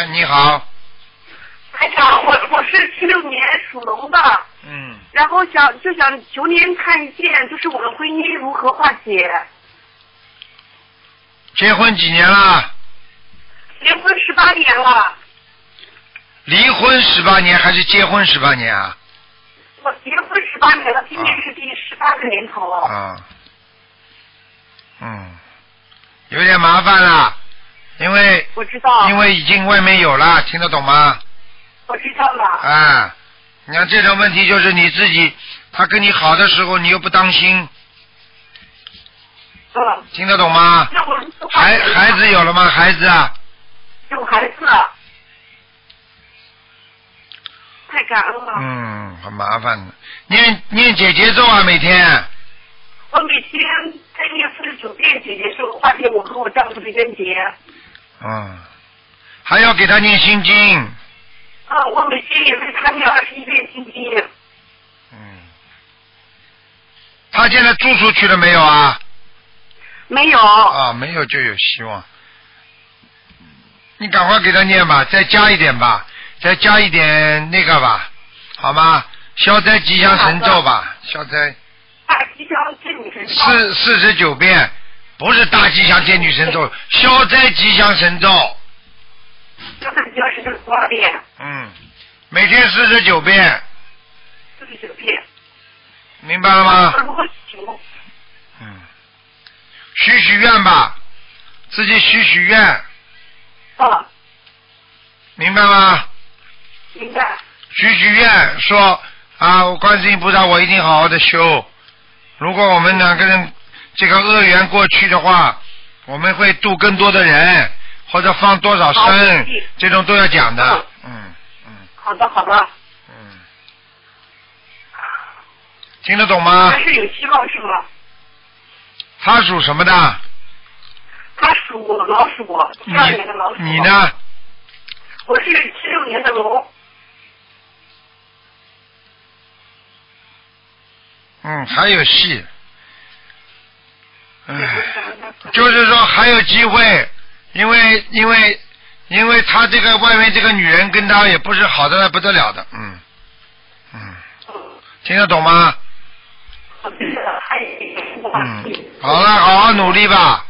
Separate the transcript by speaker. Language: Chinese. Speaker 1: 哎你好，
Speaker 2: 台长，哎我我是七六年属龙的，
Speaker 1: 嗯，
Speaker 2: 然后想就想求您看一见，就是我们婚姻如何化解。
Speaker 1: 结婚几年了？
Speaker 2: 结婚十八年了，
Speaker 1: 离婚十八年还是结婚十八年啊？
Speaker 2: 我结婚十八年了，今年是第十八个年头了。
Speaker 1: 啊，嗯，有点麻烦了，因为
Speaker 2: 我知道，
Speaker 1: 因为已经外面有了，听得懂吗？
Speaker 2: 我知道了，
Speaker 1: 啊，你看这种问题就是你自己，他跟你好的时候你又不当心，
Speaker 2: 嗯，
Speaker 1: 听得懂吗？
Speaker 2: 那我如何化
Speaker 1: 孩
Speaker 2: 解
Speaker 1: 孩子有了吗？孩子啊，
Speaker 2: 有孩子，太感恩了。
Speaker 1: 嗯，很麻烦的。念念姐姐咒啊，每天
Speaker 2: 我每天在念四十九遍姐姐咒，化解我和我丈夫的冤结。
Speaker 1: 嗯，还要给他念心经，
Speaker 2: 啊，我每天也为他念二十一遍心经。
Speaker 1: 嗯。他现在住出去了没有啊？
Speaker 2: 没有，
Speaker 1: 啊，没有就有希望。你赶快给他念吧，再加一点吧，再加一点那个吧，好吗？消灾吉祥神咒吧，消灾
Speaker 2: 大吉祥天女神咒。
Speaker 1: 四四十九遍，不是大吉祥天女神咒，消灾吉祥神咒，
Speaker 2: 就四十九是多少遍？
Speaker 1: 嗯，每天四十九遍，
Speaker 2: 四十九遍。
Speaker 1: 明白了吗？
Speaker 2: 如果行，
Speaker 1: 嗯，许许愿吧，自己许许愿，
Speaker 2: 啊，
Speaker 1: 明白吗？
Speaker 2: 明白。
Speaker 1: 许许愿说啊，我观世音菩萨，我一定好好的修。如果我们两个人这个恶缘过去的话，我们会度更多的人，或者放多少
Speaker 2: 好
Speaker 1: 生
Speaker 2: 谢谢，
Speaker 1: 这种都要讲的。嗯嗯
Speaker 2: 好的，好的。
Speaker 1: 嗯，听得懂吗
Speaker 2: 还？是有希望是吗？
Speaker 1: 他属什么的？
Speaker 2: 他属老鼠，
Speaker 1: 你
Speaker 2: 第二年的老鼠。
Speaker 1: 你？呢？
Speaker 2: 我是七六年的龙，
Speaker 1: 嗯，还有戏。
Speaker 2: 也不
Speaker 1: 唉
Speaker 2: 是。什么的
Speaker 1: 嗯就是说还有机会，因为因为因为他这个外面这个女人跟他也不是好的不得了的，嗯嗯，
Speaker 2: 嗯，
Speaker 1: 听得懂吗？嗯
Speaker 2: 我就是还有希望
Speaker 1: 嗯，好了，好好努力吧，